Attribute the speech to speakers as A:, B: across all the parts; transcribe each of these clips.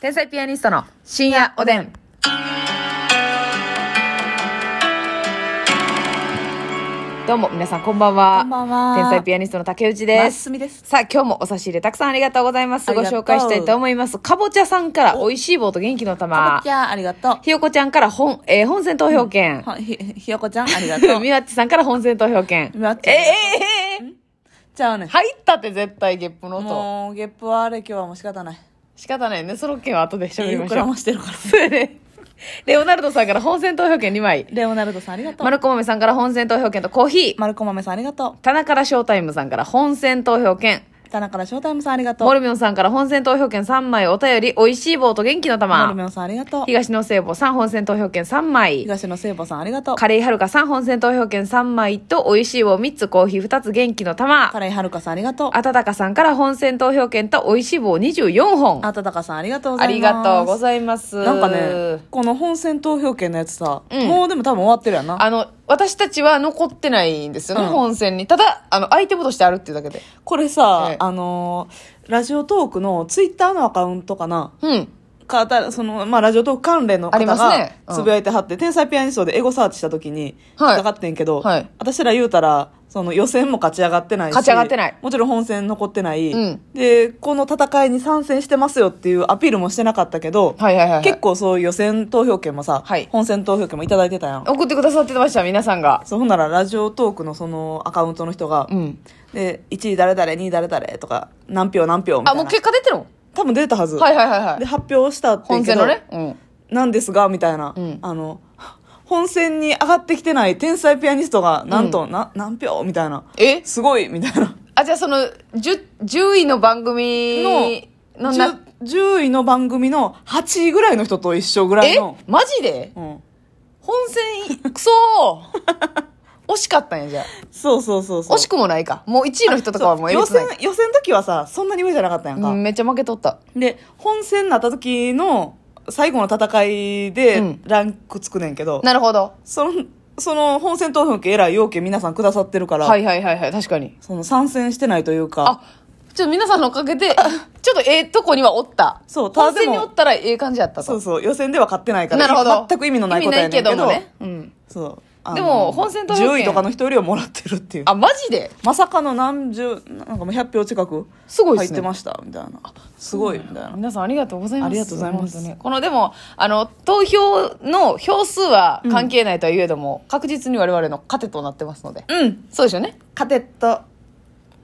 A: 天才ピアニストの深夜おでん。どうも皆さんこんばんは。
B: こんばんは
A: 天才ピアニストの竹内
B: ま
A: で
B: っ
A: す。
B: すみです
A: さあ今日もお差し入れたくさんありがとうございます。
B: あり
A: ご
B: がとう
A: 紹介したいと思います。かぼちゃさんから
B: お
A: 美味しい棒と元気の
B: かぼ
A: 玉
B: ち。ゃんありがとう
A: ひよこちゃんから本、えー本選投票権。
B: ほひひよこちゃんありがと う
A: みわっちさんから本選投票権。
B: みわっち
A: えーえーえー
B: ちゃうねん
A: 入ったって絶対ゲップの音。
B: もうゲップはあれ今日はもう仕方ない
A: 仕方ないね。その件は後で喋りまし
B: 膨
A: ょ
B: ら
A: う
B: ま。してるから
A: そうやね。レオナルドさんから本選投票券2枚。
B: レオナルドさんありがとう
A: マルコマメさんから本選投票券とコーヒー。
B: マルコマメさんありがと
A: 田中らショータイムさんから本選投票券。
B: う田中らショータイムさんありがとう
A: モルミョンさんから本選投票券3枚。お便り、美味しい棒と元気の
B: モルミ
A: 玉。
B: ョンさんありがとう
A: 東野聖母さん本選投票券3枚。
B: 東野聖母さんありがとう
A: カレイはるかさん本選投票券3枚と、美味しい棒3つ、コーヒー2つ、元気の玉
B: カ。レイはるかさんありがとう
A: あたたかさんから本選投票券と、美味しい棒24本。
B: あたたかさんありがとうござ
A: あ
B: います
A: りがとうございます。
B: なんかねこの本選投票権のやつさ、
A: うん
B: もうでも多分終わってるやんな
A: あの、私たちは残ってないんですよね、
B: うん
A: 本戦に。ただ、あの、アイテムとしてあるっていうだけで。
B: これさ、
A: ええ
B: あのーラジオトークのツイッターのアカウントかな
A: うん。
B: かたその、まあ、ラジオトーク関連の
A: ありま
B: 方
A: す
B: が
A: ねうん
B: つぶやいてはって、天才ピアニストでエゴサーチした時に引
A: はい
B: っかかってんけど、
A: はい
B: 私ら言うたら、その予選も勝ち上がってないし、
A: 勝ち上がってない
B: もちろん本戦残ってない、
A: うん
B: で、この戦いに参戦してますよっていうアピールもしてなかったけど、
A: はいはいはいはい
B: 結構そういう予選投票権もさ、
A: はい
B: 本戦投票権もいただいてたやん。
A: 送ってくださってました、皆さんが。
B: そうほんならラジオトークのそのアカウントの人が、
A: うん。
B: で、1位誰々、2位誰々とか、何票何票みた
A: あ、
B: いな。
A: もう結果出てるもん。
B: 多分出たはず。
A: はいはいはいは
B: で、
A: い。
B: 発表したって言う
A: 本
B: け
A: 戦
B: ど
A: のね。うん。
B: なんですが、みたいな、
A: うん
B: あの、本戦に上がってきてない天才ピアニストが、なんと、な、何票みたいな。
A: え
B: すごいみたいな。
A: あ、じゃあその、10、10位の番組のな、
B: 10, 10位の番組の8位ぐらいの人と一緒ぐらい
A: え
B: の。
A: マジで
B: うん。
A: 本戦、くそー 惜しかったんや、じゃ
B: そうそうそうそ
A: あ。
B: う。
A: 惜しくもないか。もう1位の人とかはもうえ
B: 予
A: げつ
B: 選
A: ない、
B: 予選の時はさ、そんなに上じゃなかったやんか。
A: うんめっちゃ負けとった。
B: で、本戦になった時の最後の戦いで
A: うん
B: ランクつくねんけど、
A: なるほど。
B: その、その本戦投票権えらい要件皆さんくださってるから、
A: はいはいはいはい、確かに。
B: その参戦してないというか、
A: あ、ちょっと皆さんのおかげ で、ちょっとええとこにはおった。
B: そうただ
A: 本
B: でも
A: 戦におったらええ感じやったと。
B: そうそう、予選では勝ってないから、
A: なるほど。
B: 全く意味のないことやねんけど、
A: 意味ないけどもね。うん。
B: そう。
A: でも本戦投票権
B: 10位とかの人よりはもらってるっていう。
A: あ、マジで
B: まさかの何十、なんかもう100票近く
A: すごいっ
B: 入
A: す
B: っ
A: ね
B: てました、みたいな。すごい、みたいな。
A: 皆さんありがとうございます。
B: ありがとうございます
A: 本当にこのでも、あの、投票の票数は関係ないとはいえども、確実に我々の糧となってますので。
B: うん。
A: そうですよ ね。
B: 勝てっと、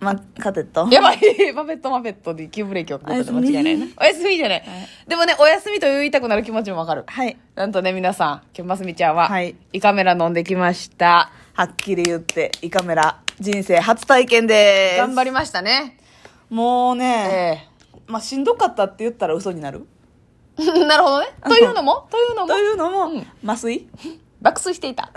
B: ま、勝てっと。
A: やばい。マペットマペットで急ブレーキをかけたの間違いないな。お休みじゃない。でもね、お休みと言いたくなる気持ちもわかる。
B: はい。
A: なんとね、皆さん、今日ますみちゃんは、
B: はい
A: 胃カメラ飲んできました。
B: はっきり言って、胃カメラ、人生初体験です。
A: 頑張りましたね。
B: もう
A: え
B: ね、
A: え
B: まあ、しんどかったって言ったら嘘になる。
A: なるほどね。というのも、というのも
B: と、いうのも、
A: うん
B: 麻酔
A: 爆睡していた。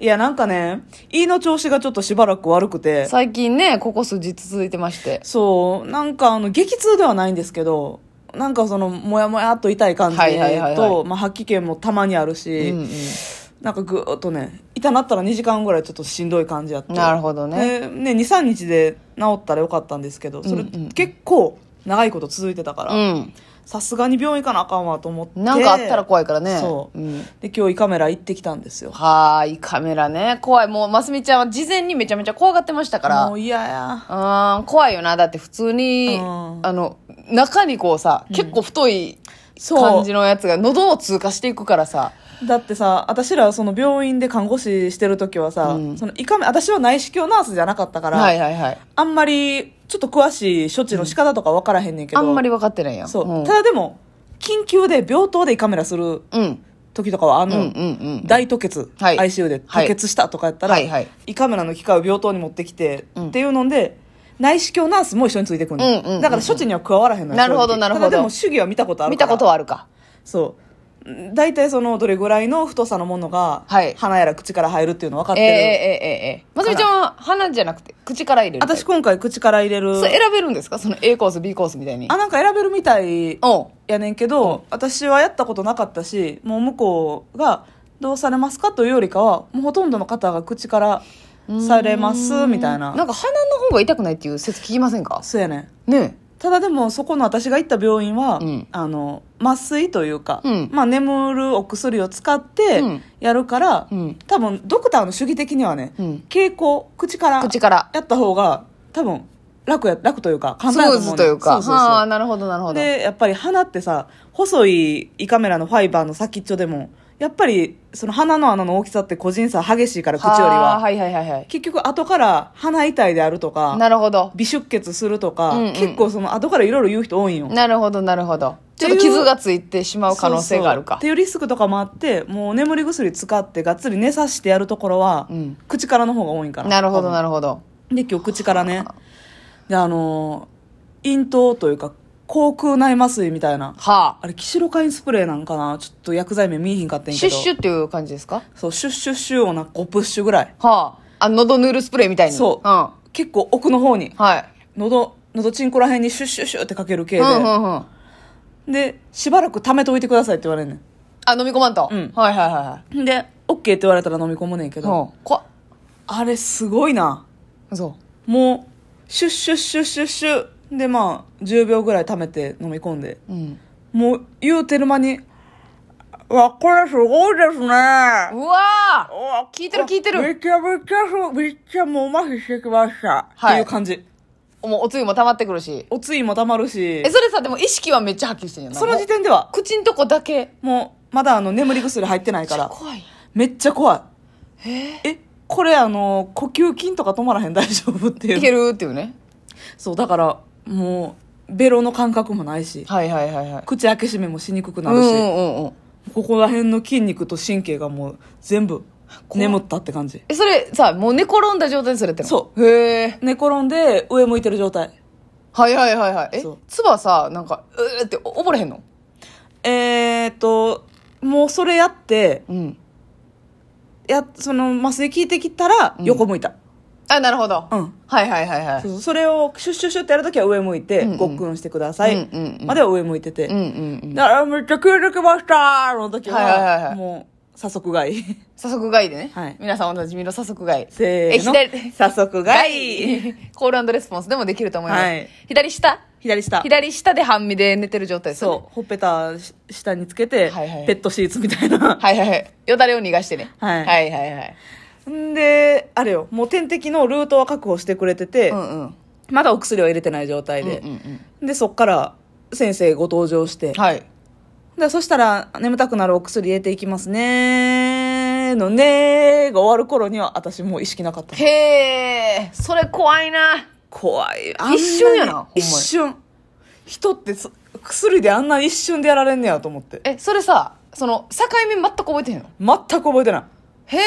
B: いや、なんかね、胃の調子がちょっとしばらく悪くて、
A: 最近ね、ここ数日続いてまして。
B: そう、なんかあの、激痛ではないんですけど、なんかその、もやもやっと痛い感じ
A: はいはいはいはい
B: と、まあ、吐き気もたまにある
A: う
B: し、
A: んうん
B: なんかぐーっとね、痛なったら2時間ぐらいちょっとしんどい感じやって。
A: なるほどね
B: でね、2、3日で治ったらよかったんですけど、それ、
A: うんうん
B: 結構長いこと続いてたから、さすがに病院行かなあかんわと思って。
A: なんかあったら怖いからね。
B: そう。
A: ん
B: で、今日胃カメラ行ってきたんですよ。
A: はーい、カメラね。怖い。もう、ますみちゃんは事前にめちゃめちゃ怖がってましたから。
B: もう嫌や。
A: あー怖いよな。だって普通に、
B: うん
A: あの、中にこうさ、結構太い
B: そう
A: 感じのやつが喉を通過していくからさ。
B: だってさ、私らその病院で看護師してる時はさ、
A: うん
B: その胃カメ私は内視鏡ナースじゃなかったから、
A: はいはいはい。
B: あんまりちょっと詳しい処置の仕方とか分からへんねんけど、
A: あんまり分かってないやん。
B: そう、
A: うん。
B: ただでも緊急で病棟で胃カメラする
A: うん。
B: 時とかはあん
A: うんう
B: の
A: ん
B: よ、
A: うん。
B: 大吐血、
A: はい
B: ICU で
A: はい
B: 吐血したとかやったら、
A: はいはい
B: 胃カメラの機械を病棟に持ってきて、
A: うん
B: っていうので内視鏡ナースも一緒についてくんね、
A: うんうんうんうん
B: だから処置には加わらへんのよ
A: なるほど
B: 正
A: な
B: 直
A: るほど
B: ただでも主義は見たことある
A: 見
B: か
A: た
B: ら
A: ことはあるか。
B: そううん大体そのどれぐらいの太さのものが、
A: はい
B: 鼻やら口から入るっていうの分か
A: え
B: って
A: ええ
B: る、
A: えええええ。ますみちゃんは鼻じゃなくて、口から入れるタイプ。
B: 私今回口から入れる
A: それ選べるんですかその A コース、B コースみたいに。
B: あなんか選べるみたい
A: うん。
B: やねんけど、私はやったことなかったしもう向こうがどうされますかというよりかはもうほとんどの方が口からされますみたいな
A: なんか鼻の方が痛くないっていう説聞きませんか
B: そうやねん
A: ね
B: ただでもそこの私が行った病院は、
A: うん
B: あの麻酔というか、
A: うん
B: まあ、眠るお薬を使って
A: うん
B: やるから、
A: うん
B: 多分ドクターの主義的にはね、
A: うん
B: 経口口から
A: 口から
B: やった方が多分楽や楽というか簡単や
A: ス
B: と
A: ムー
B: 思
A: ズ
B: う、ね、
A: というか
B: そうそう
A: はあ
B: そ
A: なるほどなるほ
B: う
A: ど
B: でやっぱり鼻ってさ細い胃カメラのファイバーの先っちょでもやっぱりその鼻の穴の大きさって個人差激しいから口より
A: あー
B: は
A: はいはいはいはい
B: 結局後から鼻痛いであるとか
A: なるほど
B: 微出血するとか、
A: うんうん
B: 結構その後からいろいろ言う人多いんよ
A: なるほどなるほどち
B: て
A: ょ
B: い
A: っ
B: う
A: と傷がついてしまう可能性があるか
B: そうそうっていうリスクとかもあってもう眠り薬使ってがっつり寝さしてやるところは、
A: うん
B: 口からの方が多いんから
A: なるほどな
B: る
A: るほど
B: で今日口からねであのー咽頭というか口腔内麻酔みたいな
A: はあ
B: あれキシロカインスプレーなんかなちょっと薬剤名見えへんかったんや
A: シ
B: け
A: ュッ
B: ど
A: シュっていう感じですか
B: そうシュッシュッシュをな5プッシュぐらい
A: はああ喉ヌールスプレーみたいに
B: そう
A: うん
B: 結構奥の方に
A: はい
B: 喉喉チンコらへんにシュッシュッシュってかける系
A: うん
B: で、
A: うんうん
B: でしばらく溜めといてくださいって言われんねん
A: あ飲み込まんと、
B: うん
A: はいはいはいはい
B: で、OK って言われたら飲み込むねんけど、
A: うんこ
B: あれすごいな。
A: そ
B: もう、シュッシュッシュッシュッシュッ。で、まあ、10秒ぐらい溜めて飲み込んで。
A: ううん
B: もう、言うてる間に、わ、これすごいですね。
A: うわー
B: わ
A: 聞いてる聞いてる
B: めちゃめちゃす、めっちゃもう麻痺してきました。
A: はい
B: っていう感じ。
A: もうおつゆも溜まってくるし
B: おついも溜まるし
A: え、それさでも意識はめっちゃはっきりしてんやな
B: その時
A: も
B: 点では
A: う、口んとこだけ
B: もう、まだあの、眠り薬入ってないから、
A: 怖い
B: めっちゃ怖い。ええこれあの、呼吸筋とか止まらへん大丈夫っていう。
A: いけるっていうね
B: そうだからもうベロの感覚もないし
A: はいはいはいはい
B: 口開け閉めもしにくく
A: う
B: なん
A: う
B: るし、
A: んうん
B: ここら辺の筋肉と神経がもう全部
A: 怖い
B: 眠ったって感じ
A: えそれさもう寝転んだ状態にするっての
B: そう
A: へえ
B: 寝転んで上向いてる状態
A: はいはいはいはいえ
B: そう
A: つばさなんかうーってお溺れへんの
B: えー、っともうそれやって
A: うん
B: やその麻酔効いてきたら
A: うん
B: 横向いた
A: あなるほど、
B: うん、
A: はいはいはいはい
B: そうそうそれをシュッシュッシュってやるときは上向いて、
A: うんうん
B: ごっくんしてください、
A: うんうんうん
B: までは上向いてて、
A: うんうんうん
B: だからめっちゃ食いてきましたーの時は,、
A: はいはいはいはい
B: もう早速がい い
A: 早速外でね、
B: はい
A: 皆さんおなじみの早速外
B: せーの
A: え左
B: 早速がいい
A: コールレスポンスでもできると思います、
B: はい
A: 左下
B: 左下
A: 左下で半身で寝てる状態ですよね
B: そうほっぺたし下につけて、
A: はいはい
B: ペットシーツみたいな、
A: はいはいはいよだれを逃がしてね、
B: はい
A: はいはいはい
B: んであれよもう点滴のルートは確保してくれてて、
A: うんうん
B: まだお薬は入れてない状態で
A: うん、うん
B: でそっから先生ご登場して
A: うん、はい
B: でそしたら「眠たくなるお薬入れていきますね」の「ね」が終わる頃には私もう意識なかった
A: へえそれ怖いな
B: 怖いあんに
A: 一瞬やなほんまに
B: 一瞬人ってそ薬であんな一瞬でやられんねやと思って
A: えそれさその境目全く覚えてへんの
B: 全く覚えてない
A: へ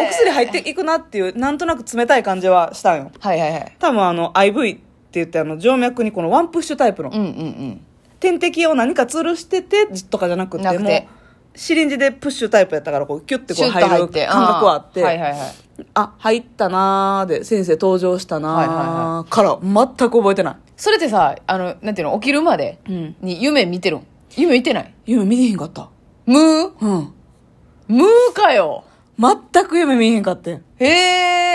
A: え
B: お薬入っていくなっていうなんとなく冷たい感じはしたんよ
A: はいはいはい
B: 多分あの IV って言ってあの静脈にこのワンプッシュタイプの、
A: うんうん
B: 点滴を何か吊るしててとかじゃなくて
A: なくて
B: もうシリンジでプッシュタイプやったからこうキュッ
A: う
B: て
A: ん
B: こう
A: シュッ
B: 入
A: と
B: る感覚はあって
A: ーはいはいはい
B: あ入ったなーで先生登場したなー、
A: はいは
B: から全く覚えてない、
A: それってさあのなんていうの起きるまで
B: うん、
A: に夢見てるん夢見てない
B: 夢見えへんかった
A: ムー
B: うん
A: ムーかよ
B: 全く夢見えへんかって
A: へ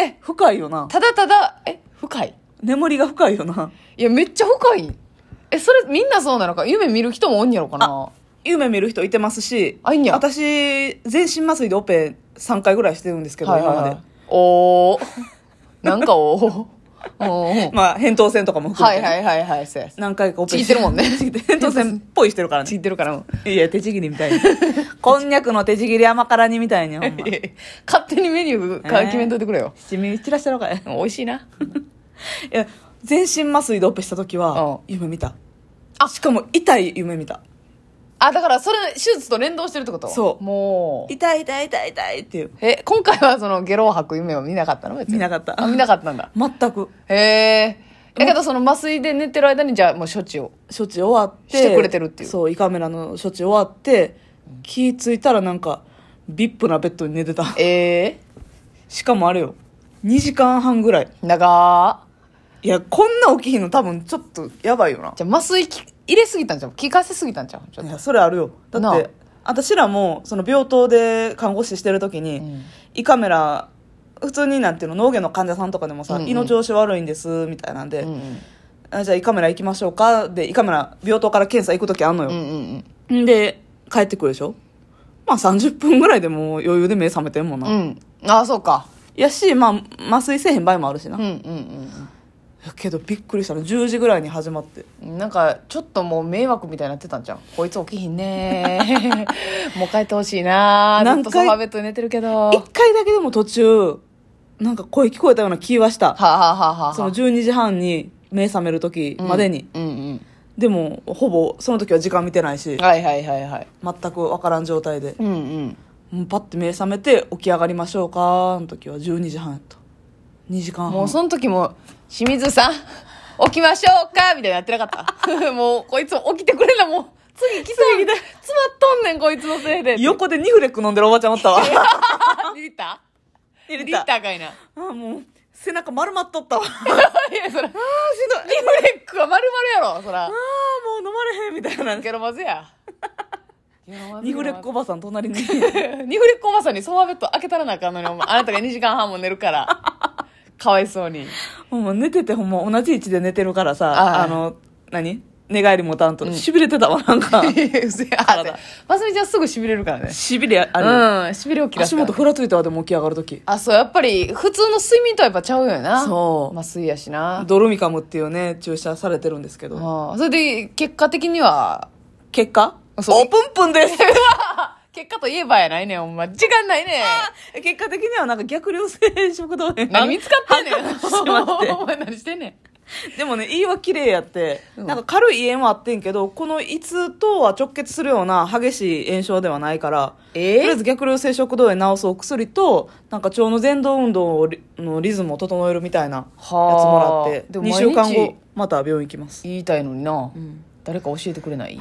A: え
B: 深いよな
A: ただただえ深い
B: 眠りが深いよない
A: やめっちゃ深いえそれみんなそうなのか夢見る人もおんやろかな
B: 夢見る人いてますし
A: あいんや
B: 私全身麻酔でオペ3回ぐらいしてるんですけど、
A: はいはい
B: 今
A: は
B: まで
A: いおお なんかお ーおー
B: まあ、扁桃腺とかも含
A: はい
B: めてね、
A: はいはいはいそうや
B: 何回かオペ
A: ちぎってるもん ね
B: ちぎって扁桃腺っぽいしてるから
A: つ
B: ね。
A: いてるからもう
B: いや、手ちぎりみたい に。こんにゃくの手ちぎり甘辛煮みたいに、ほんま。
A: 勝手にメニューか
B: えー
A: 決めんといてくれよ、
B: 七味散らしてるから。い
A: 美味しいな
B: や、全身麻酔でオペした時は、夢見た。
A: あ
B: しかも痛い夢見た。
A: あだからそれ手術と連動してるってこと
B: そう
A: もう
B: 痛い痛い痛い痛いっていう。
A: え今回はそのゲロを吐く夢は見なかったの別に
B: 見なかった
A: あ見なかったんだ
B: 全く。
A: へえだけどその麻酔で寝てる間にじゃあもう処置を
B: 処置終わって。
A: してくれてるっていう
B: そう、胃カメラの処置終わって、気付いたらなんか、ビップなベッドに寝てた。
A: ええ
B: しかもあれよ。2時間半ぐらい。
A: 長ー
B: いや、こんな起きひんの多分ちょっとやばいよな。
A: じゃあ麻酔き入れすぎたんじゃん効かせすぎたんじゃんちょっ
B: い
A: と
B: やそれあるよだ
A: な
B: っ
A: あ
B: て私らもその病棟で看護師してる時に、
A: うん
B: 胃カメラ普通になんていうの脳外の患者さんとかでもさ、
A: うんうん
B: 胃の調子悪いんですみたいなんで、
A: うんうん
B: あじゃあ胃カメラ行きましょうかで胃カメラ病棟から検査行く時あんの
A: うんう
B: よ、
A: んうん
B: ん、で帰ってくるでしょまあ30分ぐらいでもう余裕で目覚めてんもんな、
A: うんああそうか
B: やしまあ麻酔せえへん場合もあるしな、
A: うんうん
B: やけどびっくりしたの10時ぐらいに始まって
A: うんなんかちょっともう迷惑みたいになってたんじゃんこいつ起きひんね もう帰ってほしいなずっ
B: 何回
A: とソファベッドで寝てるけどは
B: 一回だけでも途中なんか声聞こえたような気はした
A: あ、はあはあはあ、
B: その12時半に目覚める時までに、
A: うんうん
B: でもほぼその時は時間見てないし
A: うんはいはいはいはい
B: 全く分からん状態で
A: うんうん
B: もうパッて目覚めて起き上がりましょうかの時は12時半やった2時間
A: もう
B: 半
A: その時も「清水さん 起きましょうか」みたいになってなかった もうこいつ起きてくれなもう次来そう詰まっとんねんこいつのせいで
B: 横でニフレック飲んでるおばちゃんおったわ
A: ビビった
B: ビビ
A: ビ
B: った
A: ビったかいない
B: あーもう背中丸まっとったわ あーしんどい
A: やそらリフレックは丸々やろそら
B: あーもう飲まれへんみたいな
A: ゲロまず やゲロまず
B: ニ
A: ゲロ
B: フレ
A: ま
B: ッ
A: ず
B: クおばさん 隣に
A: ニフレックおばさんにソファベッド開けたらなあかんのにお 前あなたが2時間半も寝るからかわいそう に
B: もう寝ててほんま同じ位置で寝てるから
A: あー
B: さあの何寝返りもたんと
A: うん
B: しびれてたわなんか
A: 嘘やあ
B: 体
A: ますみちゃんすぐしびれるからね
B: しびれある、
A: うんしびれ起きだす
B: 足
A: から
B: 元ふらついたわでも起き上がる時
A: あそうやっぱり普通の睡眠とはやっぱちゃうよな
B: そう
A: 麻酔やしな
B: ドルミカムっていうね注射されてるんですけど
A: ああそれで結果的には
B: 結果オ
A: そう
B: ープンプンです
A: 結果といえばやないねんほんま時間ないねん
B: 結果的にはなんか逆流性食道炎
A: 何見つかってんね ん
B: しまって
A: お前何してんねん
B: でもね胃は綺麗やって、
A: うん
B: なんか軽い胃炎はあってんけどこの胃痛とは直結するような激しい炎症ではないから、とりあえず逆流性食道炎治すお薬となんか腸の前動運動をリのリズムを整えるみたいなやつもらっ
A: はあ
B: て
A: でも
B: 2週間
A: 毎日
B: 後また病院行きます、
A: 言いたいのにな誰か教えてくれない